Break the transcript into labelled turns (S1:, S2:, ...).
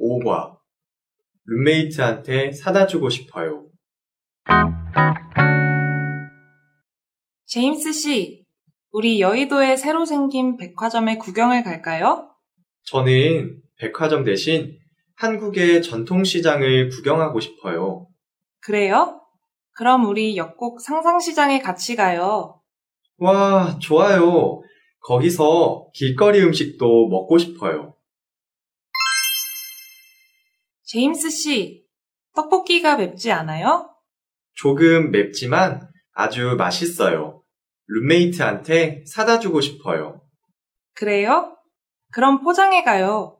S1: 5과 룸메이트한테 사다 주고 싶어요.
S2: 제임스 씨, 우리 여의도에 새로 생긴 백화점에 구경을 갈까요?
S1: 저는 백화점 대신 한국의 전통시장을 구경하고 싶어요.
S2: 그래요? 그럼 우리 역곡 상상시장에 같이 가요.
S1: 와, 좋아요. 거기서 길거리 음식도 먹고 싶어요.
S2: 제임스 씨, 떡볶이가 맵지 않아요?
S1: 조금 맵지만 아주 맛있어요. 룸메이트한테 사다 주고 싶어요.
S2: 그래요? 그럼 포장해 가요.